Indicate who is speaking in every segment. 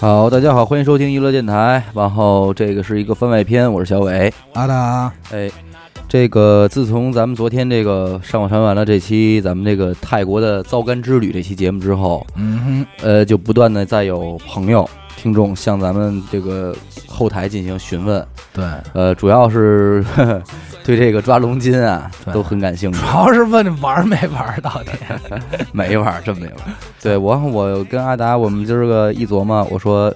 Speaker 1: 好，大家好，欢迎收听娱乐电台。然后这个是一个番外篇，我是小伟。
Speaker 2: 阿达，
Speaker 1: 哎，这个自从咱们昨天这个上网传完了这期咱们这个泰国的糟干之旅这期节目之后，
Speaker 2: 嗯
Speaker 1: 呃，就不断的再有朋友听众向咱们这个后台进行询问，
Speaker 2: 哼，对，
Speaker 1: 呃，主要是 呵呵对这个抓龙筋啊
Speaker 2: 对
Speaker 1: 都很感兴趣
Speaker 2: 主。要是问玩没玩到底，
Speaker 1: 没玩儿，真没玩儿。对我，我跟阿达，我们今儿个一琢磨，我说，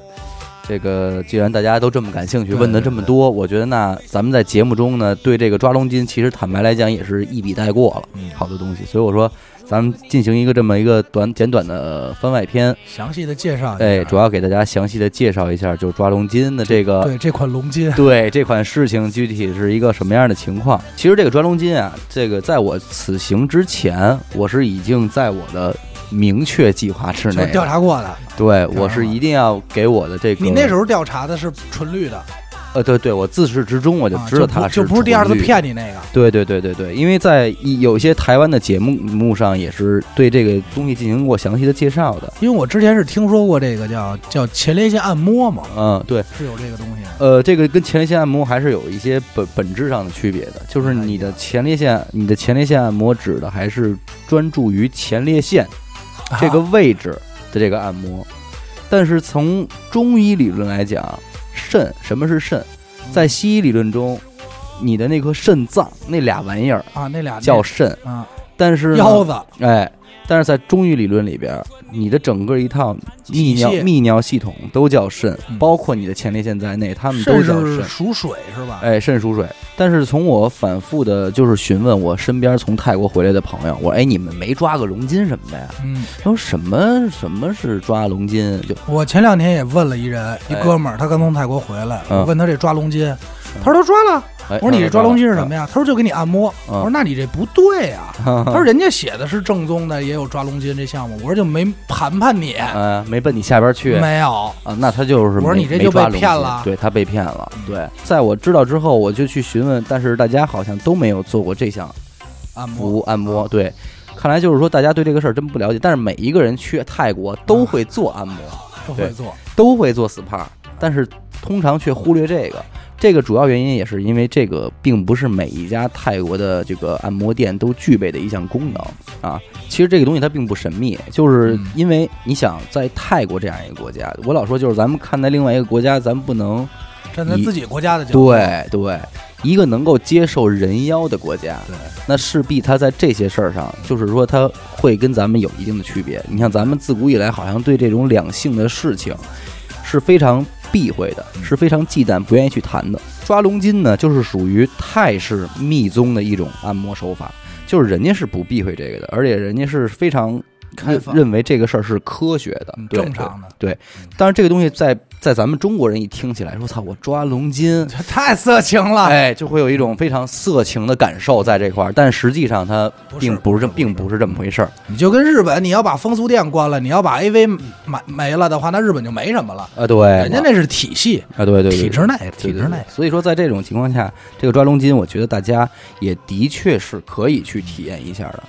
Speaker 1: 这个既然大家都这么感兴趣，
Speaker 2: 对
Speaker 1: 问的这么多，我觉得那咱们在节目中呢，对这个抓龙筋，其实坦白来讲也是一笔带过了，
Speaker 2: 嗯
Speaker 1: 好多东西。所以我说，咱们进行一个这么一个短简短的番外篇，
Speaker 2: 详细的介绍一下，
Speaker 1: 哎，主要给大家详细的介绍一下，就是抓龙筋的这个
Speaker 2: 对这款龙 筋，
Speaker 1: 对这款事情具体是一个什么样的情况？其实这个抓龙筋啊，这个在我此行之前，我是已经在我的明确计划之
Speaker 2: 就
Speaker 1: 内
Speaker 2: 是调
Speaker 1: 了。
Speaker 2: 查过的。
Speaker 1: 对，我是一定要给我的这个。
Speaker 2: 你那时候调查的是纯绿的，
Speaker 1: 呃，对对，我自始至终我就
Speaker 2: 啊
Speaker 1: 知道
Speaker 2: 不
Speaker 1: 他是
Speaker 2: 就不是第二次
Speaker 1: 纯绿
Speaker 2: 骗你那个。
Speaker 1: 对对对对对，因为在一有些台湾的节目目上也是对这个东西进行过详细的介绍的。
Speaker 2: 因为我之前是听说过这个叫叫前列腺按摩嘛，
Speaker 1: 嗯，对，
Speaker 2: 是有这个东西。
Speaker 1: 呃，这个跟前列腺按摩还是有一些本本质上的区别的，就是你的前列腺，你的前列腺按摩指的还是专注于前列腺这个
Speaker 2: 啊
Speaker 1: 位置的这个按摩，但是从中医理论来讲，肾什么是肾，在
Speaker 2: 嗯
Speaker 1: 西医理论中，你的那颗肾脏那俩玩意儿
Speaker 2: 啊那俩那
Speaker 1: 叫肾，
Speaker 2: 啊
Speaker 1: 但是呢
Speaker 2: 腰子
Speaker 1: 哎，但是在中医理论里边，你的整个一套泌
Speaker 2: 体
Speaker 1: 尿
Speaker 2: 系
Speaker 1: 泌尿系统都叫肾，
Speaker 2: 嗯
Speaker 1: 包括你的前列腺在内，他们都
Speaker 2: 肾
Speaker 1: 叫
Speaker 2: 是
Speaker 1: 肾。
Speaker 2: 属水是吧？
Speaker 1: 哎，肾属水。但是从我反复的，就是询问我身边从泰国回来的朋友，我说：“哎，你们没抓个龙筋什么的呀
Speaker 2: 嗯，？”
Speaker 1: 他说：“什么什么是抓龙筋？就
Speaker 2: 我前两天也问了一人，一
Speaker 1: 哎
Speaker 2: 哥们儿，他刚从泰国回来，
Speaker 1: 嗯
Speaker 2: 我问他这抓龙筋，他说他抓了。
Speaker 1: 哎，
Speaker 2: 我说你这抓龙筋是 什么
Speaker 1: 呀
Speaker 2: 呀？他说就给你按摩。
Speaker 1: 嗯
Speaker 2: 我说那你这不对啊。？”他
Speaker 1: 他
Speaker 2: 说人家写的是正宗的，也有抓龙筋这项目。我说就没盘盘你，
Speaker 1: 呃，没奔你下边去。
Speaker 2: 没有。
Speaker 1: 啊，那他就是
Speaker 2: 我说
Speaker 1: 没
Speaker 2: 你这
Speaker 1: 没
Speaker 2: 就
Speaker 1: 抓
Speaker 2: 被
Speaker 1: 龙
Speaker 2: 骗
Speaker 1: 筋
Speaker 2: 了
Speaker 1: 对他被骗了
Speaker 2: 嗯。
Speaker 1: 对，在我知道之后，我就去询问，但是大家好像都没有做过这项
Speaker 2: 哦按
Speaker 1: 服务
Speaker 2: 摩
Speaker 1: 按摩。对，看来就是说大家对这个事儿真不了解。但是每一个人去泰国都会做按摩，
Speaker 2: 都
Speaker 1: 对
Speaker 2: 会做，
Speaker 1: 都会做 SPA，但是通常却忽略这个。这个主要原因也是因为这个并不是每一家泰国的这个按摩店都具备的一项功能啊。其实这个东西它并不神秘，就是
Speaker 2: 嗯
Speaker 1: 因为你想在泰国这样一个国家，我老说就是咱们看待另外一个国家，咱们不能
Speaker 2: 站在
Speaker 1: 你
Speaker 2: 自己国家的角度。
Speaker 1: 对对，一个能够接受人妖的国家，
Speaker 2: 对
Speaker 1: 那势必它在这些事儿上，就是说它会跟咱们有一定的区别。你像咱们自古以来，好像对这种两性的事情是非常避讳的，
Speaker 2: 嗯
Speaker 1: 是非常忌惮、不愿意去谈的。抓龙筋呢，就是属于泰式密宗的一种按摩手法，就是人家是不避讳这个的，而且人家是非常
Speaker 2: 开
Speaker 1: 认
Speaker 2: 放
Speaker 1: 认为这个事儿是科学的
Speaker 2: 嗯，
Speaker 1: 对
Speaker 2: 正常的。
Speaker 1: 对，对当然这个东西在在咱们中国人一听起来说，操，我抓龙筋，
Speaker 2: 这太色情了，
Speaker 1: 哎，就会有一种非常色情的感受在这块儿，但实际上它
Speaker 2: 不是
Speaker 1: 并不是这，并不是这么回事儿。
Speaker 2: 你就跟日本，你要把风俗店关了，你要把 AV 买没了的话，那日本就没什么了。
Speaker 1: 啊，对，
Speaker 2: 人家那是体系，
Speaker 1: 啊，对对对，
Speaker 2: 体制内，
Speaker 1: 对
Speaker 2: 体制内。。
Speaker 1: 所以说，在这种情况下，这个抓龙筋，我觉得大家也的确是可以去体验一下的。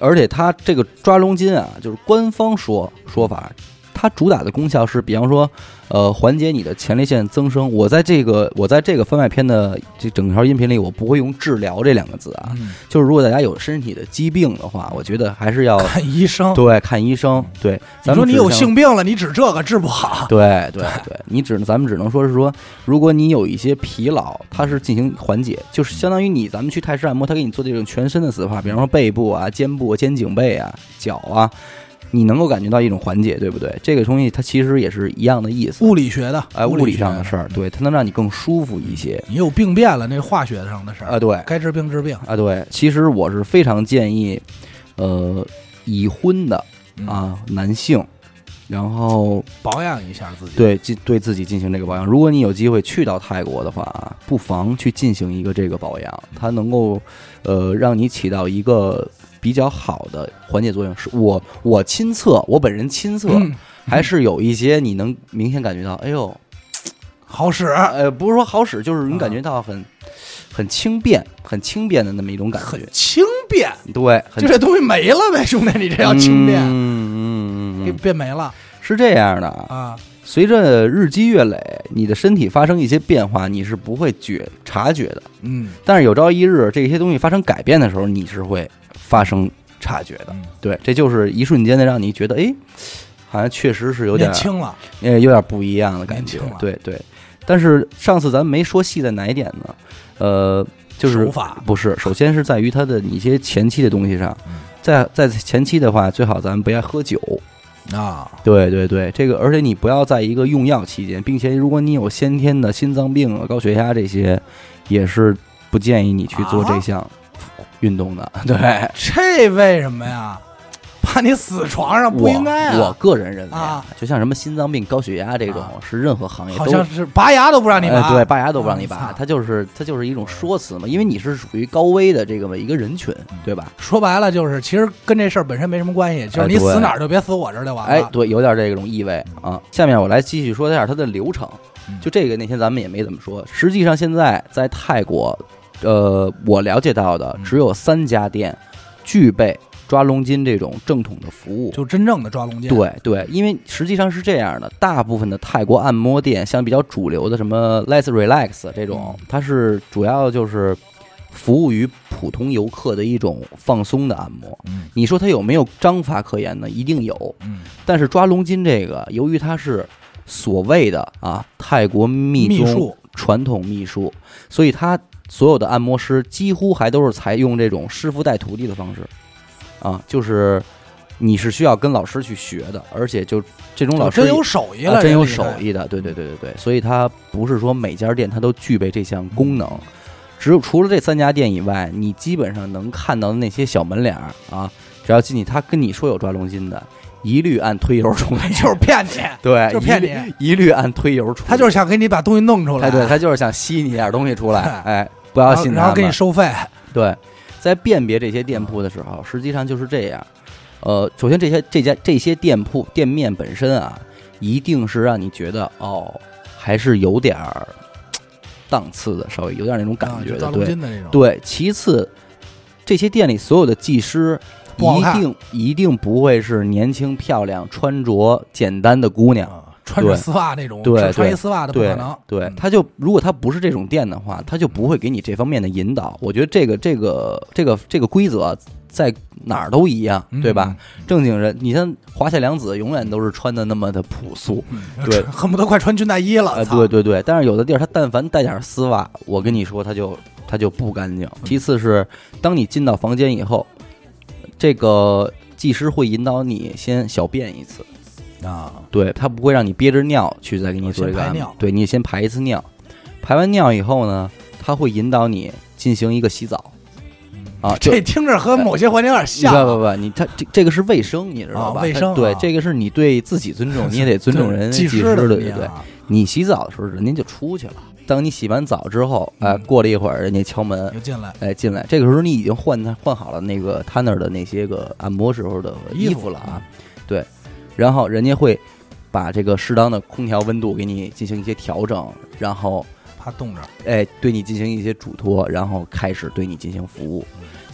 Speaker 1: 而且它这个抓龙筋啊，就是官方说说法，它主打的功效是，比方说，呃，缓解你的前列腺增生。我在这个我在这个番外篇的这整条音频里，我不会用治疗这两个字啊，
Speaker 2: 嗯，
Speaker 1: 就是如果大家有身体的疾病的话，我觉得还是要
Speaker 2: 看医生。
Speaker 1: 对，看医生。对，
Speaker 2: 你
Speaker 1: 咱
Speaker 2: 说
Speaker 1: 们哎
Speaker 2: 你
Speaker 1: 只
Speaker 2: 有
Speaker 1: 能
Speaker 2: 性病了，你指这个治 不好。
Speaker 1: 对对对，你只能咱们只能说是说，如果你有一些疲劳，它是进行缓解，就是相当于你咱们去泰式按摩，它给你做这种全身的 SPA，比方说背部啊、肩部、肩颈背啊、脚啊，你能够感觉到一种缓解，对不对？这个东西它其实也是一样的意思，
Speaker 2: 物理学的，
Speaker 1: 哎，物理上的事
Speaker 2: 儿。
Speaker 1: 儿，对，它能让你更舒服一些。
Speaker 2: 你有病变了，那是化学上的事儿，
Speaker 1: 啊，对，
Speaker 2: 该治病治病
Speaker 1: 啊，对，其实我是非常建议，呃，已婚的，啊男性，然后
Speaker 2: 嗯保养一下自己。，
Speaker 1: 对，进对自己进行这个保养。如果你有机会去到泰国的话啊，不妨去进行一个这个保养，它能够呃让你起到一个比较好的缓解作用。是我我亲测，我本人亲测，
Speaker 2: 嗯，
Speaker 1: 还是有一些你能明显感觉到，哎呦，
Speaker 2: 好使，
Speaker 1: 呃，不是说好使，就是你感
Speaker 2: 啊
Speaker 1: 觉到很很轻便、很轻便的那么一种感
Speaker 2: 很
Speaker 1: 觉。
Speaker 2: 轻便，
Speaker 1: 对，很
Speaker 2: 就这东西 没了呗，兄弟，你这要轻便，
Speaker 1: 嗯嗯嗯嗯
Speaker 2: 给
Speaker 1: 嗯，
Speaker 2: 变没了
Speaker 1: 是这样的啊。
Speaker 2: 啊！
Speaker 1: 随着日积月累，你的身体发生一些变化，你是不会觉察觉的。
Speaker 2: 嗯，
Speaker 1: 但是有朝一日，这些东西发生改变的时候，你是会发生察觉的。
Speaker 2: 嗯
Speaker 1: 对，这就是一瞬间的让你觉得，哎，好像确实是有点
Speaker 2: 年，轻了，
Speaker 1: 呃，有点不一样的感
Speaker 2: 年
Speaker 1: 觉
Speaker 2: 轻了。
Speaker 1: 对对。但是上次咱们没说细在哪一点呢？呃，就是
Speaker 2: 手法
Speaker 1: 不是，首先是在于它的一些前期的东西上
Speaker 2: 嗯，
Speaker 1: 在在前期的话，最好咱们不要喝酒。
Speaker 2: 啊，
Speaker 1: 对对对，这个而且你不要在一个用药期间，并且如果你有先天的心脏病啊、高血压这些，也是不建议你去做这
Speaker 2: 啊
Speaker 1: 项运动的。对，
Speaker 2: 这为什么呀？怕你死床上不
Speaker 1: 我
Speaker 2: 应该
Speaker 1: 我
Speaker 2: 啊，
Speaker 1: 个人认为
Speaker 2: 啊，
Speaker 1: 就像什么心脏病、高血压这种，
Speaker 2: 啊
Speaker 1: 是任何行业
Speaker 2: 好
Speaker 1: 都
Speaker 2: 像是拔牙都不让你拔，
Speaker 1: 哎对，拔牙都不让你拔，
Speaker 2: 啊
Speaker 1: 它就是它就是一种说辞嘛，因为你是属于高危的这个么一个人群，
Speaker 2: 嗯
Speaker 1: 对吧？
Speaker 2: 说白了就是，其实跟这事儿本身没什么关系，就是
Speaker 1: 哎
Speaker 2: 你
Speaker 1: 对
Speaker 2: 死哪儿就别死我这儿就完
Speaker 1: 哎
Speaker 2: 了。，
Speaker 1: 对，有点这种意味啊。下面我来继续说一下它的流程
Speaker 2: 嗯。
Speaker 1: 就这个那天咱们也没怎么说，实际上现在在泰国，呃，我了解到的
Speaker 2: 嗯
Speaker 1: 只有三家店具备抓龙筋这种正统的服务。
Speaker 2: 就真正的抓龙筋，，
Speaker 1: 对对，因为实际上是这样的，大部分的泰国按摩店，像比较主流的什么 Let's Relax 这种，
Speaker 2: 嗯
Speaker 1: 它是主要就是服务于普通游客的一种放松的按摩。
Speaker 2: 嗯
Speaker 1: 你说它有没有章法可言呢？一定有，
Speaker 2: 嗯，
Speaker 1: 但是抓龙筋这个，由于它是所谓的啊泰国密
Speaker 2: 秘
Speaker 1: 宗
Speaker 2: 术
Speaker 1: 传统秘术，所以它所有的按摩师几乎还都是采用这种师傅带徒弟的方式啊，就是你是需要跟老师去学的，而且就这种老
Speaker 2: 我
Speaker 1: 师
Speaker 2: 哦真有手艺
Speaker 1: 啊
Speaker 2: 了，
Speaker 1: 真有
Speaker 2: 这厉
Speaker 1: 手
Speaker 2: 害，
Speaker 1: 艺的，对
Speaker 2: 嗯
Speaker 1: 对对对对，所以它不是说每家店它都具备这项功能。只有除了这三家店以外，你基本上能看到的那些小门脸儿啊，只要进去，他跟你说有抓龙筋的，一律按推油处理，
Speaker 2: 就是骗你，
Speaker 1: 对，
Speaker 2: 就是骗
Speaker 1: 一
Speaker 2: 你
Speaker 1: 律，一律按推油处理。
Speaker 2: 他就是想给你把东西弄出来，
Speaker 1: 哎，对他就是想吸你点东西 出来，哎，不
Speaker 2: 然
Speaker 1: 要
Speaker 2: 后
Speaker 1: 信他
Speaker 2: 然后给
Speaker 1: 们
Speaker 2: 你收费，
Speaker 1: 对，在辨别这些店铺的时候，实际上就是这样。呃，首先这些这家这些店铺店面本身啊，一定是让你觉得哦，还是有点儿嘖档次的，稍微有点那种感
Speaker 2: 啊
Speaker 1: 觉
Speaker 2: 就
Speaker 1: 的，
Speaker 2: 抓龙
Speaker 1: 对
Speaker 2: 筋的那种，
Speaker 1: 对。其次，这些店里所有的技师
Speaker 2: 不好
Speaker 1: 一
Speaker 2: 看
Speaker 1: 定一定不会是年轻漂亮、穿着简单的姑娘。
Speaker 2: 啊，穿着
Speaker 1: 对
Speaker 2: 丝袜那种，
Speaker 1: 对
Speaker 2: 只穿一
Speaker 1: 对
Speaker 2: 丝袜的不
Speaker 1: 对
Speaker 2: 可能，
Speaker 1: 对，
Speaker 2: 嗯
Speaker 1: 他就如果他不是这种店的话，他就不会给你这方面的引导。我觉得这个这个这个这个规则在哪儿都一样，
Speaker 2: 嗯
Speaker 1: 对吧？？正经人，你像华夏良子，永远都是穿的那么的朴素。
Speaker 2: 嗯
Speaker 1: 对
Speaker 2: 恨不得快穿军大衣了，
Speaker 1: 呃，
Speaker 2: 操
Speaker 1: 对，对对，但是有的地儿，他但凡带点丝袜，我跟你说，他就他就不干
Speaker 2: 嗯
Speaker 1: 净。其次是，当你进到房间以后，这个技师会引导你先小便一次，
Speaker 2: 啊，
Speaker 1: 对，它不会让你憋着尿去再给你做一个按
Speaker 2: 哦先
Speaker 1: 摩
Speaker 2: 排尿，
Speaker 1: 对，你先排一次尿，排完尿以后呢，它会引导你进行一个洗澡，啊，就
Speaker 2: 嗯这听着和某些环节有点像
Speaker 1: 不
Speaker 2: 啊，
Speaker 1: 不不，你它这这个是卫生，你知道吧？
Speaker 2: 啊卫
Speaker 1: 它
Speaker 2: 生
Speaker 1: 对
Speaker 2: 啊，
Speaker 1: 这个是你对自己尊 重，你也得尊重人
Speaker 2: 技
Speaker 1: 师
Speaker 2: 师
Speaker 1: 对
Speaker 2: 的
Speaker 1: 对
Speaker 2: 那
Speaker 1: 对
Speaker 2: 样。啊
Speaker 1: 你洗澡的时候，人家就出去了。当你洗完澡之后，
Speaker 2: 嗯
Speaker 1: 哎，过了一会儿，人家敲门，
Speaker 2: 又进来。
Speaker 1: 哎，进来，这个时候你已经换他换好了那个他那儿的那些个按摩时候的
Speaker 2: 衣
Speaker 1: 衣
Speaker 2: 服
Speaker 1: 服了啊，对，然后人家会把这个适当的空调温度给你进行一些调整，然后
Speaker 2: 怕冻着，
Speaker 1: 哎对你进行一些嘱托，然后开始对你进行服务。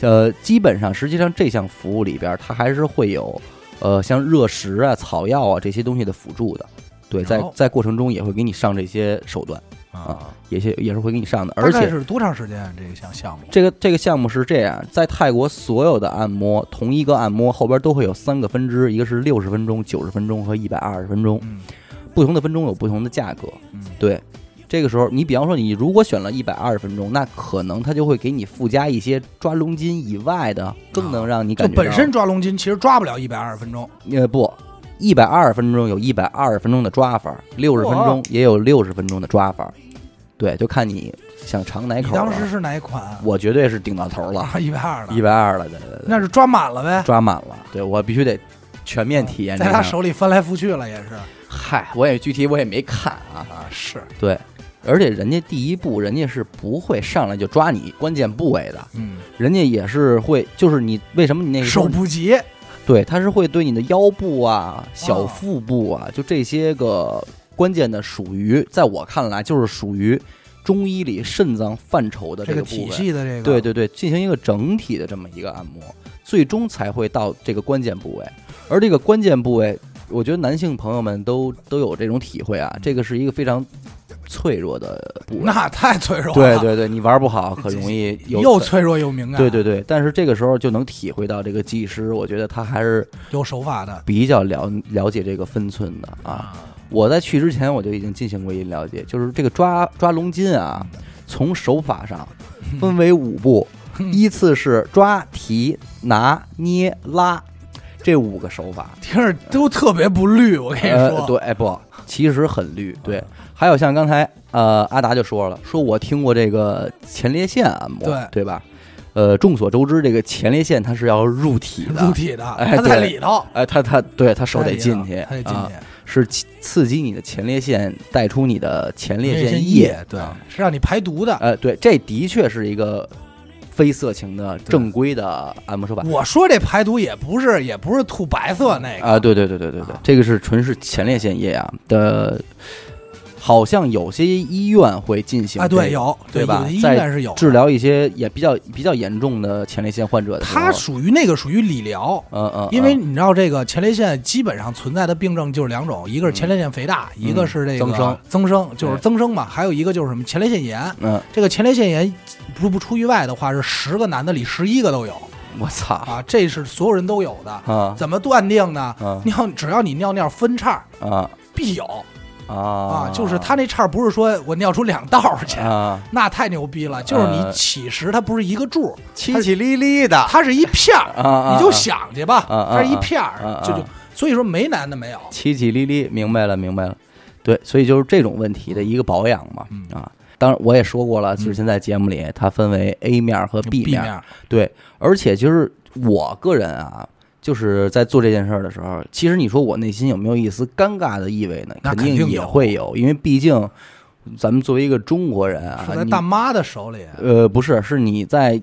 Speaker 1: 呃，基本上实际上这项服务里边儿，它还是会有呃像热食啊、草药啊这些东西的辅助的，对，在
Speaker 2: 然后
Speaker 1: 在过程中也会给你上这些手段，
Speaker 2: 啊，
Speaker 1: 也些也是会给你上的，
Speaker 2: 大
Speaker 1: 而
Speaker 2: 概
Speaker 1: 且
Speaker 2: 是多长时间啊这一项项目？
Speaker 1: 这个这个项目是这样，在泰国所有的按摩，同一个按摩后边都会有三个分支，一个是六十分钟、九十分钟和一百二十分钟，
Speaker 2: 嗯
Speaker 1: 不同的分钟有不同的价格。
Speaker 2: 嗯
Speaker 1: 对，这个时候你比方说你如果选了一百二十分钟，那可能它就会给你附加一些抓龙筋以外的，更能让你
Speaker 2: 就
Speaker 1: 感觉啊到
Speaker 2: 本身抓龙筋其实抓不了一百二十分钟，
Speaker 1: 呃不。一百二十分钟有一百二十分钟的抓法，六十分钟也有六十分钟的抓法，对，就看你想尝哪
Speaker 2: 你
Speaker 1: 口了。啊
Speaker 2: 当时是哪一款？啊
Speaker 1: 我绝对是顶到头了，
Speaker 2: 一百二的
Speaker 1: 一，百二了，对对对。
Speaker 2: 那是抓满了呗，
Speaker 1: 抓满啊了， 对我必须得全面体验这
Speaker 2: 在他
Speaker 1: 项。
Speaker 2: 手里翻来覆去了也
Speaker 1: 啊
Speaker 2: 是
Speaker 1: 嗨，我也具体我也没看啊，
Speaker 2: 啊，是，
Speaker 1: 对，而且人家第一步人家是不会上来就抓你关键部位的，
Speaker 2: 嗯，
Speaker 1: 人家也是会，就是你为什么你那个时候
Speaker 2: 手哦不及，
Speaker 1: 对，他是会对你的腰部啊、小腹部啊，就这些个关键的属于，在我看来就是属于中医里肾脏范畴的
Speaker 2: 这
Speaker 1: 个
Speaker 2: 个
Speaker 1: 部
Speaker 2: 体
Speaker 1: 位。
Speaker 2: 系的这个，
Speaker 1: 对对对，进行一个整体的这么一个按摩，最终才会到这个关键部位。而这个关键部位我觉得男性朋友们都都有这种体会啊，这个是一个非常脆弱的部位。
Speaker 2: 嗯那太脆弱
Speaker 1: 对
Speaker 2: 了，
Speaker 1: 对对，你玩不好可容 易有
Speaker 2: 又脆弱又敏感，
Speaker 1: 对对对，但是这个时候就能体会到这个技师，我觉得他还是
Speaker 2: 有手法的
Speaker 1: 比较了了解这个分寸的啊。，我在去之前我就已经进行过一了解，就是这个抓抓龙筋啊，从手法上分为五 步，依次是抓、提、拿、捏、拉这五个手法。
Speaker 2: 听着都特别不绿，我跟你
Speaker 1: 呃，
Speaker 2: 说，嗯
Speaker 1: 对，哎不，其实很绿。对，还有像刚才呃阿达就说了，说我听过这个前列腺按摩，
Speaker 2: 对
Speaker 1: 对吧？呃，众所周知，这个前列腺它是要入体的，
Speaker 2: 入体的，
Speaker 1: 哎
Speaker 2: 它在
Speaker 1: 对
Speaker 2: 里头，
Speaker 1: 哎，它它对它手
Speaker 2: 它在
Speaker 1: 得
Speaker 2: 里
Speaker 1: 进
Speaker 2: 头
Speaker 1: 去，
Speaker 2: 它得进
Speaker 1: 啊
Speaker 2: 去，
Speaker 1: 是刺刺激你的前列腺，带出你的前列
Speaker 2: 腺
Speaker 1: 腺
Speaker 2: 液，对
Speaker 1: 啊，
Speaker 2: 是让你排毒的。
Speaker 1: 呃，对，这的确是一个非色情的正规的按摩手法。
Speaker 2: 我说这排毒也不是，也不是吐白色那个，
Speaker 1: 啊，对对对对对对
Speaker 2: 啊，
Speaker 1: 这个是纯是前列腺液啊的，好像有些医院会进行
Speaker 2: 啊，
Speaker 1: 这
Speaker 2: 对，
Speaker 1: 个
Speaker 2: 有，
Speaker 1: 对吧
Speaker 2: 有的医
Speaker 1: 在
Speaker 2: 院是有的
Speaker 1: 治，疗一些也比较比较严重的前列腺患者的时候，
Speaker 2: 它属于那个属于理疗。
Speaker 1: 嗯嗯，
Speaker 2: 因为
Speaker 1: 嗯
Speaker 2: 你知道，这个前列腺基本上存在的病症就是两种，一个是前列腺肥大，一个是
Speaker 1: 嗯
Speaker 2: 这个
Speaker 1: 增生，哎
Speaker 2: 增生就是
Speaker 1: 对
Speaker 2: 增生嘛，还有一个就是什么前列腺炎。
Speaker 1: 嗯，
Speaker 2: 这个前列腺炎如不出意外的话，是十个男的里十一个都有
Speaker 1: 我操
Speaker 2: 啊，这是所有人都有的。
Speaker 1: 啊
Speaker 2: 怎么断定呢？
Speaker 1: 啊
Speaker 2: 尿只要你尿尿分叉，
Speaker 1: 啊
Speaker 2: 必有
Speaker 1: 啊
Speaker 2: 啊，就是他那叉不是说我尿出两道儿去。
Speaker 1: 啊，
Speaker 2: 那太牛逼了！就是你
Speaker 1: 呃
Speaker 2: 起石，它不是一个柱，
Speaker 1: 凄凄沥沥的
Speaker 2: 它是一片儿，
Speaker 1: 啊，
Speaker 2: 你就
Speaker 1: 啊
Speaker 2: 想去吧，
Speaker 1: 啊啊
Speaker 2: 它是一片儿
Speaker 1: 啊，啊
Speaker 2: 就就所以说没男的没有，
Speaker 1: 起起立立，明白了，明白了。对，所以就是这种问题的一个保养嘛，
Speaker 2: 嗯
Speaker 1: 啊，当然我也说过了，之前在节目里，它分为 A 面儿和 B 面儿，
Speaker 2: 面
Speaker 1: 对，而且就是我个人啊，就是在做这件事儿的时候，其实你说我内心有没有一丝尴尬的意味呢？
Speaker 2: 那肯定
Speaker 1: 定也
Speaker 2: 有
Speaker 1: 会有，因为毕竟咱们作为一个中国人啊
Speaker 2: 是，在
Speaker 1: 你
Speaker 2: 大妈的手里，
Speaker 1: 呃，不是，是你在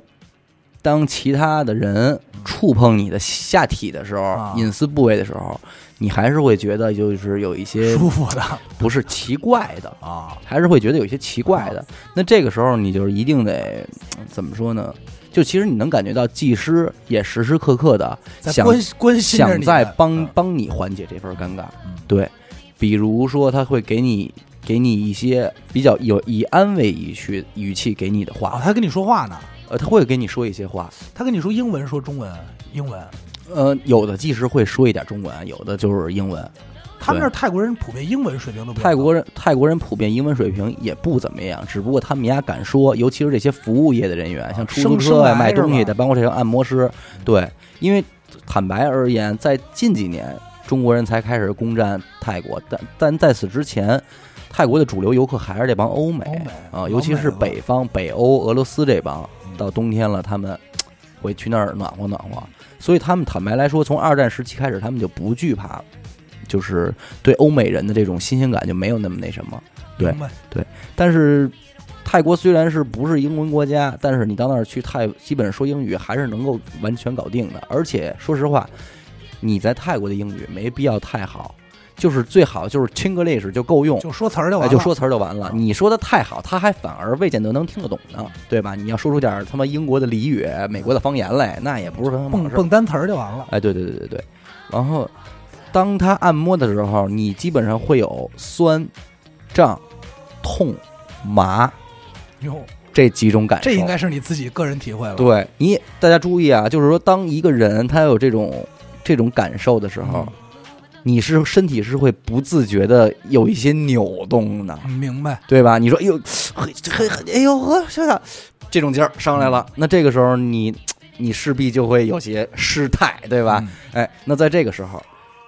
Speaker 1: 当其他的人触碰你的下体的时候，
Speaker 2: 啊
Speaker 1: 隐私部位的时候，你还是会觉得就是有一些
Speaker 2: 舒服的
Speaker 1: 不是奇怪的，
Speaker 2: 啊，
Speaker 1: 还是会觉得有一些奇怪的。那这个时候，你就是一定得嗯怎么说呢？就其实你能感觉到技师也时时刻刻的
Speaker 2: 在
Speaker 1: 想
Speaker 2: 关关心着
Speaker 1: 想
Speaker 2: 你
Speaker 1: 在
Speaker 2: 的
Speaker 1: 帮
Speaker 2: 嗯
Speaker 1: 帮你缓解这份尴尬
Speaker 2: 嗯。
Speaker 1: 对，比如说他会给你给你一些比较有以安慰语气语气给你的话
Speaker 2: 啊，，他跟你说话呢，
Speaker 1: 呃，他会跟你说一些话，
Speaker 2: 他跟你说英文说中文，英文，
Speaker 1: 呃，有的技师会说一点中文，有的就是英文。
Speaker 2: 他们那儿泰国人普遍英文水平都不
Speaker 1: 泰国人泰国人普遍英文水平也不怎么样，只不过他们也敢说，尤其是这些服务业的人员，像出租
Speaker 2: 啊生生
Speaker 1: 车呀、
Speaker 2: 来
Speaker 1: 卖
Speaker 2: 是
Speaker 1: 东西
Speaker 2: 吧
Speaker 1: 的、包括这些按摩师，对，因为坦白而言，在近几年中国人才开始攻占泰国，但但在此之前。泰国的主流游客还是这帮欧美
Speaker 2: 欧美
Speaker 1: 啊，尤其是
Speaker 2: 欧美
Speaker 1: 北方、北欧、俄罗斯这帮，
Speaker 2: 嗯
Speaker 1: 到冬天了，他们会去那儿暖和暖和。所以他们坦白来说，从二战时期开始，他们就不惧怕，就是对欧美人的这种新鲜感就没有那么那什么。对
Speaker 2: 明白
Speaker 1: 但是泰国虽然是不是英文国家，但是你到那儿去泰，基本说英语还是能够完全搞定的。而且说实话，你在泰国的英语没必要太好，就是最好就是 Chinglish 就够用。
Speaker 2: 就说词儿就完
Speaker 1: 哎，
Speaker 2: 了，
Speaker 1: 就说词儿就完了。你说的太好，他还反而未见得能听得懂
Speaker 2: 嗯
Speaker 1: 呢，对吧？你要说出点儿他妈英国的俚语、美国的方言来，那也不是很好
Speaker 2: 蹦
Speaker 1: 事。
Speaker 2: 蹦单词儿就完了，
Speaker 1: 哎，对对对对对。然后，当他按摩的时候，你基本上会有酸、胀、痛、麻
Speaker 2: 哟，
Speaker 1: 这几种感受。
Speaker 2: 这应该是你自己个人体会了，
Speaker 1: 哎对你大家注意啊，就是说，当一个人他有这种这种感受的时候，
Speaker 2: 嗯
Speaker 1: 你是身体是会不自觉的有一些扭动的。
Speaker 2: 嗯，明白。
Speaker 1: 对吧？你说，哎呦，嘿，嘿，嘿哎呦，呵，这个这种劲儿上来了，
Speaker 2: 嗯
Speaker 1: 那这个时候你你势必就会有些失态，对吧？
Speaker 2: 嗯
Speaker 1: 哎，那在这个时候，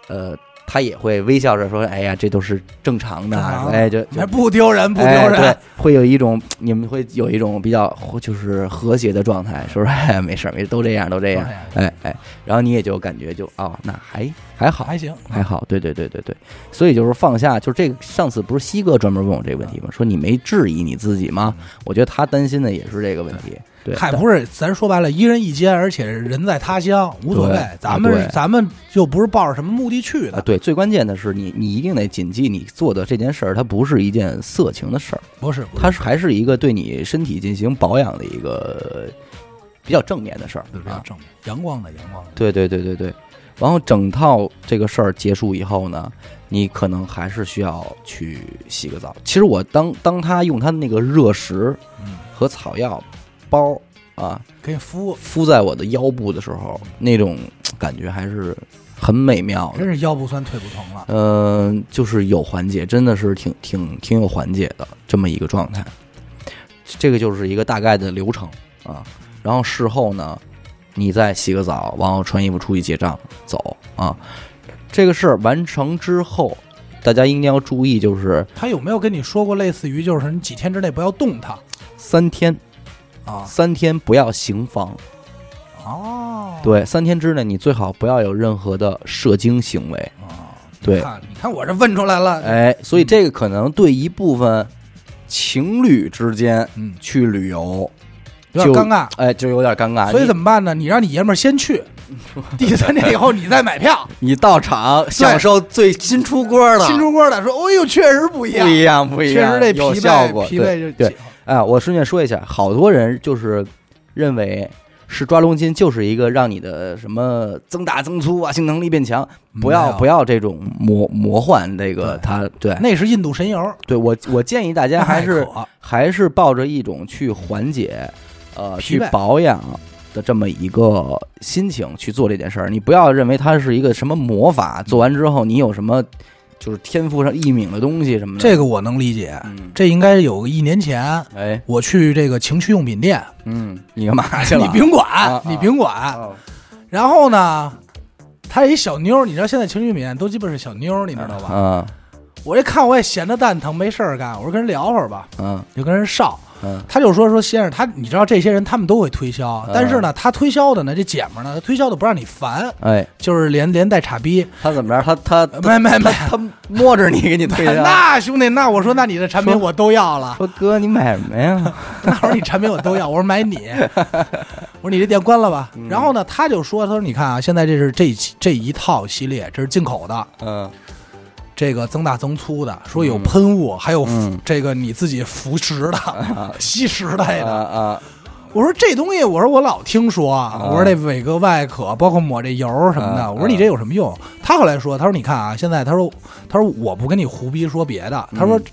Speaker 1: 呃，他也会微笑着说：“哎呀，这都是正常的。
Speaker 2: 正常的
Speaker 1: 哎，就
Speaker 2: 啊还不丢人，不丢
Speaker 1: 哎，
Speaker 2: 人
Speaker 1: 对，，会有一种你们会有一种比较就是和谐的状态，说说哎，没事儿，没事儿，都这样，都这样
Speaker 2: 都这样，
Speaker 1: 哎哎，然后你也就感觉就哦，那还还好，
Speaker 2: 还行，
Speaker 1: 还好，对对对对对，所以就是放下，就是这个上次不是西哥专门问我这个问题吗？说你没质疑你自己吗？我觉得他担心的也是这个问题，对，
Speaker 2: 嗨，
Speaker 1: 但
Speaker 2: 不是，咱说白了，一人一间，而且人在他乡，无所
Speaker 1: 对
Speaker 2: 谓。咱们
Speaker 1: 啊对
Speaker 2: 咱们又不是抱着什么目的去
Speaker 1: 啊，
Speaker 2: 的，
Speaker 1: 对，最关键的是你你一定得谨记，你做的这件事儿它不是一件色情的事儿，
Speaker 2: 不是，不是
Speaker 1: 它是还是一个对你身体进行保养的一个比较正面的事儿
Speaker 2: 对比较
Speaker 1: 啊，
Speaker 2: 正面，阳光的阳光的。
Speaker 1: 对对对对对。然后整套这个事儿结束以后呢，你可能还是需要去洗个澡。其实我当当他用他那个热石
Speaker 2: 嗯
Speaker 1: 和草药包啊
Speaker 2: 给你敷，
Speaker 1: 敷在我的腰部的时候，那种嘖感觉还是很美妙
Speaker 2: 真
Speaker 1: 的。
Speaker 2: 是腰不酸腿不疼了。
Speaker 1: 嗯、就是有缓解，真的是挺挺挺有缓解的这么一个状态。这个就是一个大概的流程啊。然后事后呢，你再洗个澡，然后穿衣服出去结账走啊。这个事儿完成之后，大家一定要注意，就是
Speaker 2: 他有没有跟你说过类似于就是你几天之内不要动它
Speaker 1: 三天，
Speaker 2: 啊？
Speaker 1: 三天不要行房。
Speaker 2: 哦，
Speaker 1: 对，三天之内你最好不要有任何的射精行为。
Speaker 2: 啊，你
Speaker 1: 对
Speaker 2: 看你看我这问出来了，
Speaker 1: 哎，所以这个可能对一部分情侣之间
Speaker 2: 嗯，
Speaker 1: 去旅游，
Speaker 2: 有点
Speaker 1: 就
Speaker 2: 尴尬。
Speaker 1: 哎，就有点尴尬。
Speaker 2: 所以
Speaker 1: 你
Speaker 2: 怎么办呢？你让你爷们儿先去，第三天以后你再 买票。
Speaker 1: 你到场享受最新出锅的，
Speaker 2: 新出锅的说：“哦呦，确实不一
Speaker 1: 不
Speaker 2: 样，
Speaker 1: 一样，不一
Speaker 2: 确
Speaker 1: 样，
Speaker 2: 实这
Speaker 1: 有
Speaker 2: 疲
Speaker 1: 效果。
Speaker 2: 惫疲
Speaker 1: 对，
Speaker 2: 惫就解
Speaker 1: 哎，我顺便说一下，好多人就是认为是抓龙筋就是一个让你的什么增大增粗啊，性能力变强，不
Speaker 2: 嗯没
Speaker 1: 要
Speaker 2: 有
Speaker 1: 不要这种魔魔幻这个它对
Speaker 2: 那是印度神油，
Speaker 1: 对，我我建议大家哎还是
Speaker 2: 那可
Speaker 1: 还是抱着一种去缓解，呃，去
Speaker 2: 疲惫
Speaker 1: 保养的这么一个心情去做这件事儿。你不要认为它是一个什么魔法，做完之后你有什么就是天赋上异禀的东西什么的。
Speaker 2: 这个我能理解，
Speaker 1: 嗯，
Speaker 2: 这应该有个一年前。
Speaker 1: 哎，
Speaker 2: 我去这个情趣用品店，
Speaker 1: 嗯，你干嘛去了？
Speaker 2: 你甭管
Speaker 1: 啊，
Speaker 2: 你甭管。
Speaker 1: 啊，
Speaker 2: 然后呢，她一小妞儿，你知道现在情趣用品店都基本是小妞儿，你知道吧？
Speaker 1: 嗯
Speaker 2: 我这看我也闲着蛋疼，没事儿干，我说跟人聊会儿吧，
Speaker 1: 嗯
Speaker 2: 就跟人上。
Speaker 1: 嗯
Speaker 2: 他就说说先生，他你知道这些人他们都会推销，
Speaker 1: 啊
Speaker 2: 但是呢，他推销的呢，这姐们儿呢，他推销的不让你烦，
Speaker 1: 哎，
Speaker 2: 就是连连带岔逼，
Speaker 1: 他怎么着？他他他
Speaker 2: 没没没，
Speaker 1: 他摸着你给你推销，
Speaker 2: 那兄弟，那我说那你的产品我都要了，
Speaker 1: 说哥你买什么 呀？
Speaker 2: 那会儿你产品我都要，我说 买你，我说你这店关了
Speaker 1: 嗯
Speaker 2: 吧。然后呢，他就说，他说你看啊，现在这是这一这一套系列，这是进口的，
Speaker 1: 嗯
Speaker 2: 这个增大增粗的，说有
Speaker 1: 嗯
Speaker 2: 喷雾，还有服
Speaker 1: 嗯
Speaker 2: 这个你自己服食的、吸食的
Speaker 1: 啊
Speaker 2: 呀。
Speaker 1: 啊
Speaker 2: 我说这东西，我说我老听说啊，我说这伟哥外壳，包括抹这油什么
Speaker 1: 啊
Speaker 2: 的，我说你这有什么用？他后来说，他说你看啊，现在他说他说我不跟你胡逼说别的，他说
Speaker 1: 嗯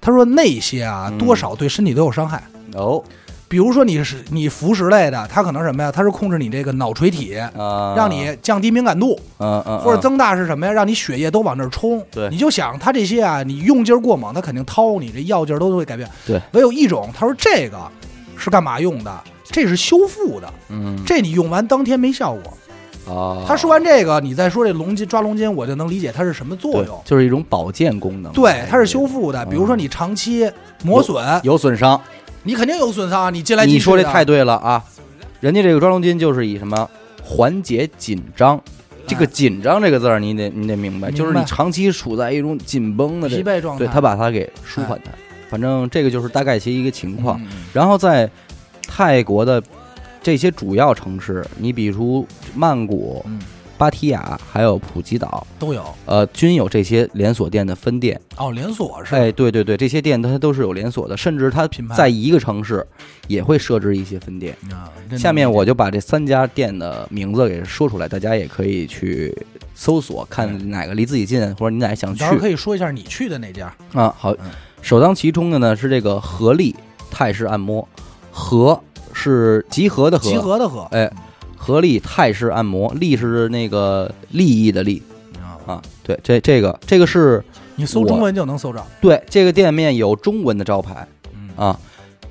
Speaker 2: 他说那些啊
Speaker 1: 嗯
Speaker 2: 多少对身体都有伤害。
Speaker 1: 哦
Speaker 2: 比如说你是你服食类的，它可能什么呀？它是控制你这个脑垂体，
Speaker 1: 啊，
Speaker 2: 让你降低敏感度，
Speaker 1: 嗯嗯
Speaker 2: 或者增大是什么呀？让你血液都往那儿冲。
Speaker 1: 对
Speaker 2: 你就想它这些啊，你用劲儿过猛，它肯定掏你，这药劲儿都会改变。
Speaker 1: 对，
Speaker 2: 唯有一种，他说这个是干嘛用的？这是修复的，
Speaker 1: 嗯
Speaker 2: 这你用完当天没效果。
Speaker 1: 啊，
Speaker 2: 他说完这个，你再说这龙筋抓龙筋，我就能理解它是什么作
Speaker 1: 对
Speaker 2: 用。
Speaker 1: 就是一种保健功能，哎
Speaker 2: 对，它是修复的。比如说你长期磨损，
Speaker 1: 嗯有损伤。
Speaker 2: 你肯定有损伤啊。你进来
Speaker 1: 你说这太
Speaker 2: 态度，
Speaker 1: 对了啊，人家这个抓龙筋就是以什么缓解紧张。这个紧张这个字儿，你得你得明白，
Speaker 2: 哎明白
Speaker 1: 就是你长期处在一种紧绷的这
Speaker 2: 疲惫状态，哎
Speaker 1: 对他把它给舒缓它。反正这个就是大概其一个情况。
Speaker 2: 嗯
Speaker 1: 然后在泰国的这些主要城市，你比如曼谷、
Speaker 2: 嗯
Speaker 1: 芭提雅还有普吉岛，
Speaker 2: 都有
Speaker 1: 呃，均有这些连锁店的分店。
Speaker 2: 哦，连锁是吧
Speaker 1: 哎，对对对，这些店它都是有连锁的，甚至它
Speaker 2: 品牌
Speaker 1: 在一个城市也会设置一些分店。
Speaker 2: 啊真的
Speaker 1: 下面我就把这三家店的名字给说出来，大家也可以去搜索，看哪个离自己近，或者你哪个想
Speaker 2: 你
Speaker 1: 去
Speaker 2: 嗯到时候可以说一下你去的那家
Speaker 1: 啊。好
Speaker 2: 嗯，
Speaker 1: 首当其冲的呢是这个合力泰式按摩，合是集合的
Speaker 2: 集
Speaker 1: 合，
Speaker 2: 合的合
Speaker 1: 哎，合力泰式按摩，力是那个利益的利
Speaker 2: 啊，
Speaker 1: 啊。对，这这个这个是
Speaker 2: 你搜中文就能搜着。
Speaker 1: 对这个店面有中文的招牌。
Speaker 2: 嗯
Speaker 1: 啊，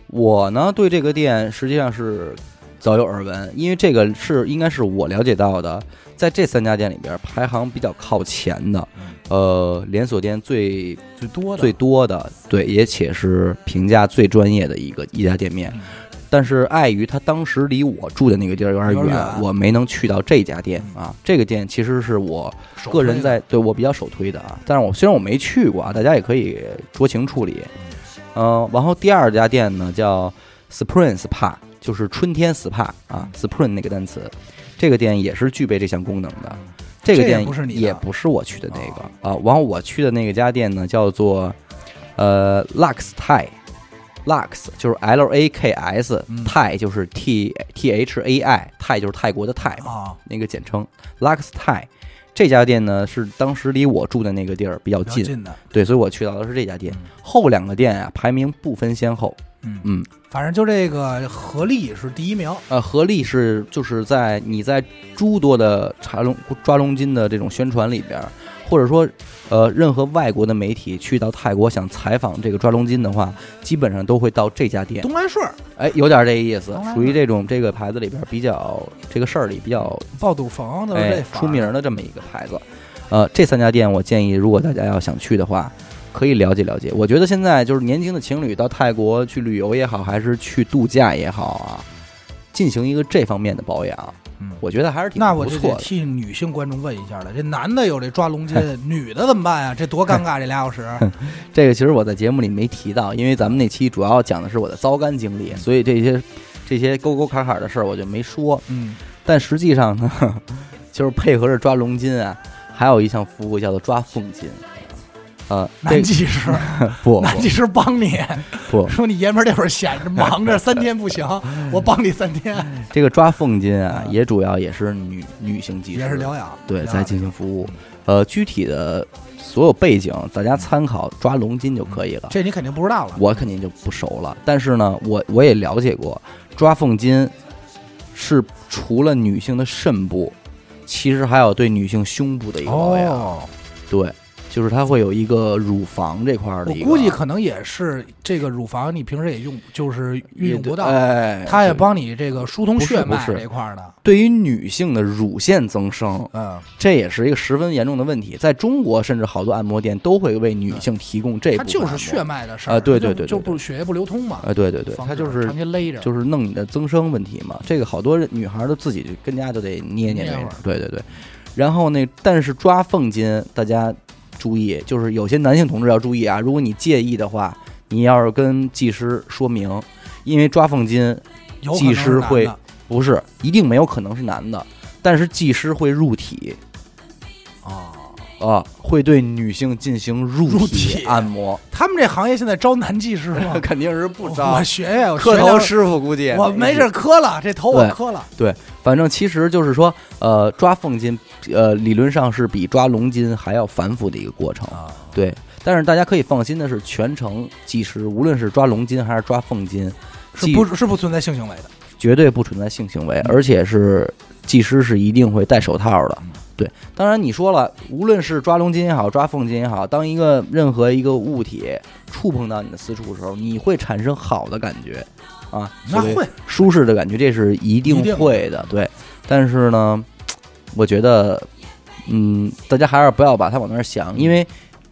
Speaker 1: 我呢对这个店实际上是早有耳闻，因为这个是应该是我了解到的，在这三家店里边排行比较靠前的，呃，连锁店最
Speaker 2: 最多的
Speaker 1: 最多的，对，也且是评价最专业的一个一家店面。
Speaker 2: 嗯
Speaker 1: 但是碍于它当时离我住的那个地儿有点
Speaker 2: 有
Speaker 1: 远，
Speaker 2: 点远
Speaker 1: 我没能去到这家店啊。这个店其实是我
Speaker 2: 首推
Speaker 1: 个
Speaker 2: 的
Speaker 1: 人在对我比较首推的啊，但是我虽然我没去过啊，大家也可以酌情处理。嗯、然后第二家店呢叫 Spring SPA，就是春天 SPA
Speaker 2: 嗯
Speaker 1: 啊，Spring 那个单词，这个店也是具备这项功能的。这个
Speaker 2: 这也
Speaker 1: 店
Speaker 2: 不是你的哦
Speaker 1: 也不是我去的那个啊，然后我去的那个家店呢叫做呃 Lux Thai Lux 就是 L A K S，
Speaker 2: 嗯
Speaker 1: 泰就是 T T H A I，泰就是泰国的泰嘛，
Speaker 2: 啊，
Speaker 1: 那个简称 Lux 泰。这家店呢是当时离我住的那个地儿比较
Speaker 2: 比较
Speaker 1: 近，
Speaker 2: 近的，
Speaker 1: 对，所以我去到的是这家店
Speaker 2: 嗯。
Speaker 1: 后两个店啊排名不分先后，
Speaker 2: 嗯，
Speaker 1: 嗯，
Speaker 2: 反正就这个合力是第一名，
Speaker 1: 呃，合力是就是在你在诸多的查龙抓龙筋的这种宣传里边儿，或者说呃任何外国的媒体去到泰国想采访这个抓龙筋的话，基本上都会到这家店。
Speaker 2: 东来顺
Speaker 1: 哎，有点这意思
Speaker 2: 东，来
Speaker 1: 属于这种这个牌子里边儿比较这个事儿里比较
Speaker 2: 爆肚冯都是
Speaker 1: 哎
Speaker 2: 这法儿
Speaker 1: 出名儿的这么一个牌子。呃，这三家店我建议，如果大家要想去的话，可以了解了解。我觉得现在就是年轻的情侣到泰国去旅游也好，还是去度假也好啊，进行一个这方面的保养，
Speaker 2: 嗯
Speaker 1: 我觉得还是挺
Speaker 2: 那我
Speaker 1: 不
Speaker 2: 就
Speaker 1: 错
Speaker 2: 得
Speaker 1: 的。
Speaker 2: 替女性观众问一下了，这男的有这抓龙筋，女的怎么办呀？这多尴尬，这俩小时。
Speaker 1: 这个其实我在节目里没提到，因为咱们那期主要讲的是我的糟干经历，所以这些这些沟沟坎坎的事儿我就没说。
Speaker 2: 嗯，
Speaker 1: 但实际上呢， 就是配合着抓龙筋啊，还有一项服务叫做抓凤筋。呃，
Speaker 2: 男
Speaker 1: 这
Speaker 2: 技师，
Speaker 1: 不
Speaker 2: 男技师帮你
Speaker 1: 不不，
Speaker 2: 说你爷们儿这会儿闲着忙着，三天 不行，我帮你三天，
Speaker 1: 这个抓凤筋啊，
Speaker 2: 嗯
Speaker 1: 也主要也是女女性技
Speaker 2: 也是
Speaker 1: 师
Speaker 2: 疗养。
Speaker 1: 对
Speaker 2: 疗养
Speaker 1: 在进行服务。呃，具体的所有背景，大家参考抓龙筋就可以了。
Speaker 2: 这你肯定不知道了。
Speaker 1: 我肯定就不熟了，但是呢，我我也了解过，抓凤筋是除了女性的肾部，其实还有对女性胸部的一个保养。
Speaker 2: 哦，
Speaker 1: 对，就是它会有一个乳房这块儿
Speaker 2: 我
Speaker 1: 的一个，
Speaker 2: 估计可能也是这个乳房，你平时也用，就是运用不到，
Speaker 1: 哎，
Speaker 2: 它也
Speaker 1: 对
Speaker 2: 帮你这个疏通血
Speaker 1: 不
Speaker 2: 脉
Speaker 1: 是不是
Speaker 2: 这块儿的。
Speaker 1: 对于女性的乳腺增生。
Speaker 2: 嗯，
Speaker 1: 这也是一个十分严重的问题，在中国甚至好多按摩店都会为女性提供这部
Speaker 2: 它
Speaker 1: 分按摩。
Speaker 2: 就是血脉的事儿
Speaker 1: 啊对对对
Speaker 2: 就
Speaker 1: 对
Speaker 2: 就
Speaker 1: 对
Speaker 2: 不血液不流通嘛。
Speaker 1: 啊，对对对，
Speaker 2: 防
Speaker 1: 它
Speaker 2: 止
Speaker 1: 就是
Speaker 2: 长期勒着，
Speaker 1: 就是弄你的增生问题嘛。这个好多人女孩儿都自己就跟家就得捏捏
Speaker 2: 捏
Speaker 1: 那
Speaker 2: 会
Speaker 1: 种
Speaker 2: 儿，
Speaker 1: 对对对。然后那但是抓缝筋，大家注意，就是有些男性同志要注意啊，如果你介意的话，你要是跟技师说明，因为抓缝筋
Speaker 2: 有可能
Speaker 1: 技师
Speaker 2: 是男
Speaker 1: 会
Speaker 2: 的
Speaker 1: 不是一定没有可能是男的，但是技师会入体。
Speaker 2: 哦，
Speaker 1: 啊，会对女性进行
Speaker 2: 入
Speaker 1: 入
Speaker 2: 体
Speaker 1: 体按摩，
Speaker 2: 他们这行业现在招男技师 吗？
Speaker 1: 肯定是不哦
Speaker 2: 我
Speaker 1: 招
Speaker 2: 我。学呀，我
Speaker 1: 磕
Speaker 2: 学
Speaker 1: 头
Speaker 2: 了
Speaker 1: 师傅估计也
Speaker 2: 我没事，磕了，这头我
Speaker 1: 对
Speaker 2: 磕了。
Speaker 1: 反正其实就是说，呃，抓凤筋，呃，理论上是比抓龙筋还要繁复的一个过程。
Speaker 2: 啊，
Speaker 1: 对，但是大家可以放心的是，全程技师无论是抓龙筋还是抓凤筋，
Speaker 2: 是
Speaker 1: 技
Speaker 2: 不是不存在性行为的？
Speaker 1: 绝对不存在性行为，而且是技师是一定会戴手套的
Speaker 2: 嗯。
Speaker 1: 对，当然你说了，无论是抓龙筋也好，抓凤筋也好，当一个任何一个物体触碰到你的私处的时候，你会产生好的感觉啊，
Speaker 2: 那
Speaker 1: 所谓
Speaker 2: 会
Speaker 1: 舒适的感觉，这是一
Speaker 2: 一定
Speaker 1: 定
Speaker 2: 的
Speaker 1: 会的。对，但是呢，我觉得，嗯，大家还是不要把它往那儿想，因为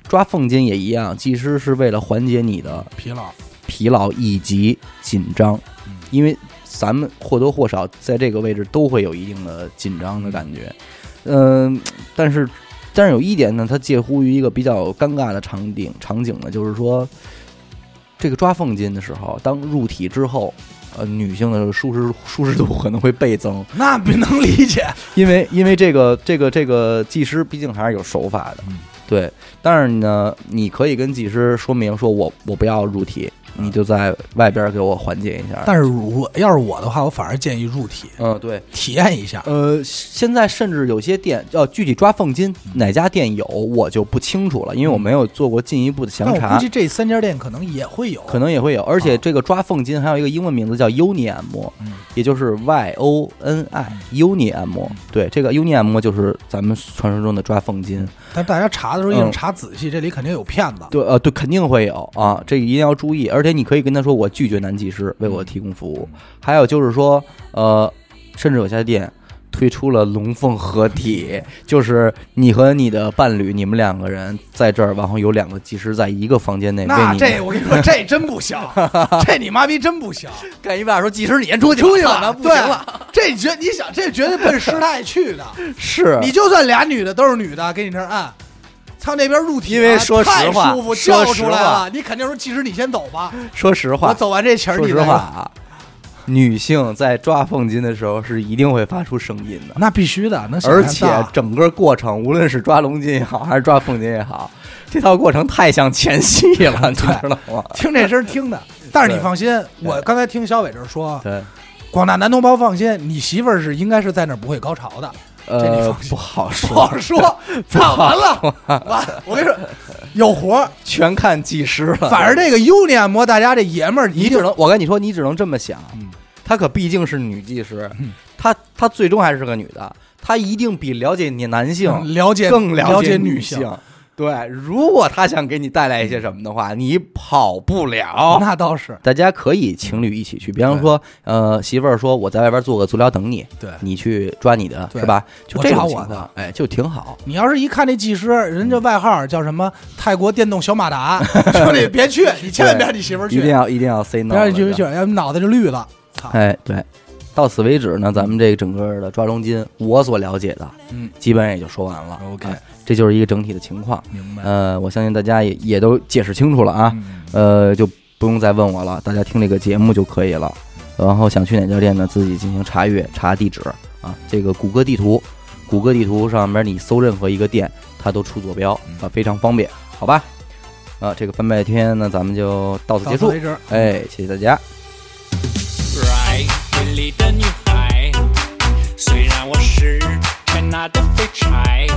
Speaker 1: 抓凤筋也一样，技师是为了缓解你的
Speaker 2: 疲劳，
Speaker 1: 疲劳以及紧张
Speaker 2: 嗯，
Speaker 1: 因为咱们或多或少在这个位置都会有一定的紧张的感觉。嗯，但是但是有一点呢，它介乎于一个比较尴尬的场景场景呢，就是说这个抓缝筋的时候，当入体之后。呃，女性的舒适舒适度可能会倍增，
Speaker 2: 那不能理解。
Speaker 1: 因为因为这个这个这个技师毕竟还是有手法的
Speaker 2: 嗯，
Speaker 1: 对。但是呢，你可以跟技师说明，说我我不要入体，你就在外边给我缓解一下。
Speaker 2: 嗯但是我要是我的话，我反而建议入体
Speaker 1: 嗯，对，
Speaker 2: 体验一下。
Speaker 1: 呃，现在甚至有些店，呃，具体抓凤筋
Speaker 2: 嗯
Speaker 1: 哪家店有，我就不清楚了，因为我没有做过进一步的详
Speaker 2: 但嗯我估
Speaker 1: 查
Speaker 2: 计，这三家店可能也会有，
Speaker 1: 可能也会有。而且
Speaker 2: 啊
Speaker 1: 这个抓凤筋还有一个英文名字叫 Uni 按摩，
Speaker 2: 嗯
Speaker 1: 也就是 Y O N I Uni 按摩
Speaker 2: 嗯。
Speaker 1: 对，这个 Uni 按摩就是咱们传说中的抓凤筋。
Speaker 2: 但大家查的时候一定
Speaker 1: 嗯
Speaker 2: 查仔细，这里肯定有骗子。
Speaker 1: 对，呃，对，肯定会有啊，这个一定要注意。而且你可以跟他说，我拒绝男技师为我提供服务。还有就是说，呃，甚至有些店推出了龙凤合体，就是你和你的伴侣，你们两个人在这儿，然后有两个技师在一个房间内为
Speaker 2: 那
Speaker 1: 你
Speaker 2: 这我跟你说，这真不 行，这你妈逼真不行，
Speaker 1: 干一半说技师你先出去
Speaker 2: 出去
Speaker 1: 吧咱
Speaker 2: 吧，
Speaker 1: 不
Speaker 2: 对
Speaker 1: 行了，，
Speaker 2: 这绝你想这绝对奔师太去的，
Speaker 1: 是
Speaker 2: 你就算俩女的都是女的，给你这儿按，操那边入体了，
Speaker 1: 因为说实
Speaker 2: 太
Speaker 1: 话
Speaker 2: 舒服
Speaker 1: 说
Speaker 2: 叫出
Speaker 1: 实
Speaker 2: 来
Speaker 1: 话
Speaker 2: 了，你肯定说其实你先走吧，
Speaker 1: 说实话
Speaker 2: 我，走完这钱儿
Speaker 1: 说
Speaker 2: 你
Speaker 1: 实
Speaker 2: 再
Speaker 1: 话啊，女性在抓凤筋的时候是一定会发出声音的，
Speaker 2: 那必须的，能想
Speaker 1: 而且
Speaker 2: 象到
Speaker 1: 整个过程，无论是抓龙筋也好，还是抓凤筋也好，这套过程太像前戏 了，你知道吗？
Speaker 2: 听这声儿听的。但是你
Speaker 1: 对
Speaker 2: 放心，我
Speaker 1: 对
Speaker 2: 刚才听小伟这儿说，
Speaker 1: 对，
Speaker 2: 广大男同胞放心，你媳妇儿是应该是在那儿不会高潮的，这你
Speaker 1: 呃
Speaker 2: 放，心
Speaker 1: 不好
Speaker 2: 不
Speaker 1: 说，
Speaker 2: 好说。 操，完了，完，我跟你说，有活儿。
Speaker 1: 全看技师了。
Speaker 2: 反正这个 Uni 按摩，大家这爷们儿
Speaker 1: 你
Speaker 2: 一定
Speaker 1: 只能，我跟你说，你只能这么想
Speaker 2: 嗯，
Speaker 1: 她可毕竟是女技师
Speaker 2: 嗯，
Speaker 1: 她她最终还是个女的，她一定比嗯了解你男性
Speaker 2: 了解
Speaker 1: 更
Speaker 2: 了
Speaker 1: 解
Speaker 2: 女
Speaker 1: 性。对，如果她想给你带来一些什么的话，你跑不了。
Speaker 2: 那倒是
Speaker 1: 大家可以情侣一起去，比方说，呃，媳妇儿说我在外边做个足疗等你，
Speaker 2: 对。
Speaker 1: 你去抓你的
Speaker 2: 对
Speaker 1: 是吧？就
Speaker 2: 我
Speaker 1: 这
Speaker 2: 抓
Speaker 1: 种
Speaker 2: 我
Speaker 1: 情
Speaker 2: 的
Speaker 1: 况，哎，就挺好。
Speaker 2: 你要是一看这技师，人家外号叫什么“泰国电动小马 达”，兄弟别去，你千万别让你媳妇儿
Speaker 1: 一
Speaker 2: 去，
Speaker 1: 定
Speaker 2: 别
Speaker 1: 要一定要 say no，
Speaker 2: 让你媳妇
Speaker 1: 了
Speaker 2: 儿去，要不脑袋就绿了。操，
Speaker 1: 哎，对，到此为止呢，咱们这个整个的抓龙筋，我所了解的，
Speaker 2: 嗯
Speaker 1: 基本也就说完了。
Speaker 2: OK
Speaker 1: 哎这就是一个整体的情况。
Speaker 2: 明白。
Speaker 1: 呃，我相信大家也也都解释清楚了啊，
Speaker 2: 嗯
Speaker 1: 呃，就不用再问我了，大家听这个节目就可以了。然后想去哪家店呢，自己进行查阅，查地址啊，这个谷歌地图，谷歌地图上面你搜任何一个店，它都出坐标
Speaker 2: 嗯
Speaker 1: 啊，非常方便，好吧？啊，这个翻白天呢，咱们就到此
Speaker 2: 到
Speaker 1: 结
Speaker 2: 此
Speaker 1: 束
Speaker 2: 为。止。嗯
Speaker 1: 哎，谢谢大家。
Speaker 3: bright 美丽的女孩。虽然我是全拿的废柴，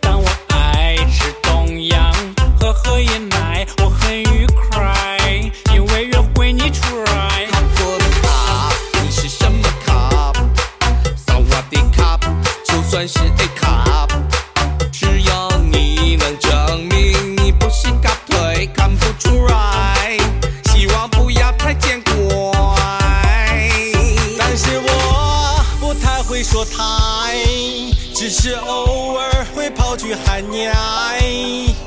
Speaker 3: 但我爱吃东阳和喝椰奶，我很愉快，因为约会你 try。
Speaker 4: 我的卡，你是什么卡？萨瓦迪卡，就算是 A 卡，只要你能证明你不是卡腿，看不出来。希望不要太见怪。
Speaker 3: 但是我不太会说台，只是偶尔会跑去喊娘。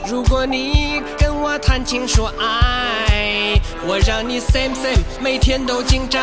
Speaker 5: 如果你跟我谈情说爱，我让你 same same 每天都紧张。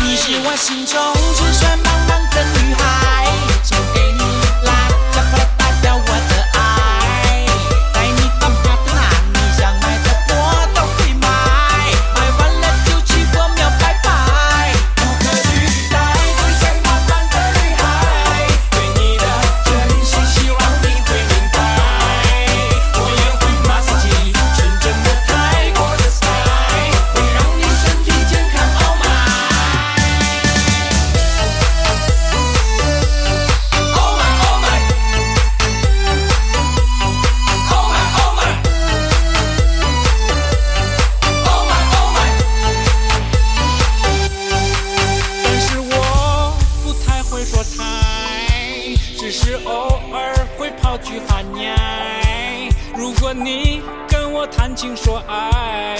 Speaker 3: 你是我心中只选茫茫的女孩，想给你辣椒和代表我的爱，带你到巴特纳，你想买的我都会买，买完了就去国庙拜拜，不可取代最像茫茫的女孩，对你的真心希望你会明白，我也会把自己纯真的泰国的 style，会让你身体健康 oh my。Oh my, oh my, oh my, oh my, oh my, oh my。但是我不太会说台，只是偶尔会跑去喊娘。如果你跟我谈情说爱，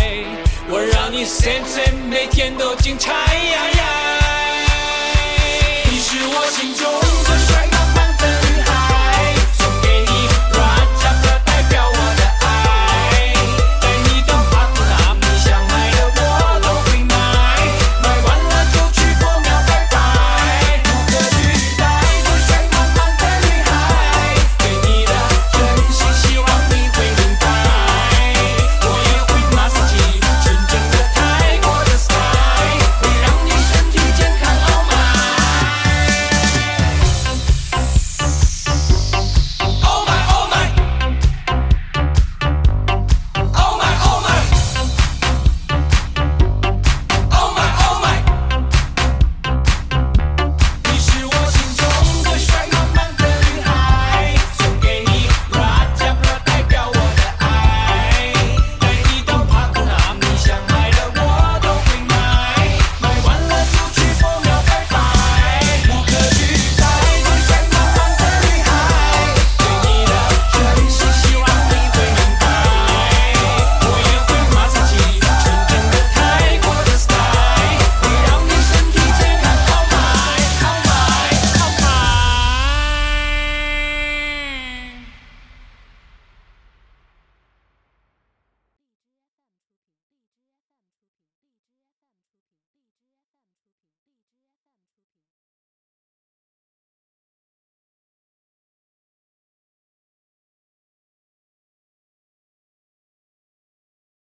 Speaker 3: 我让你 same same 每天都精彩。你是我心中最。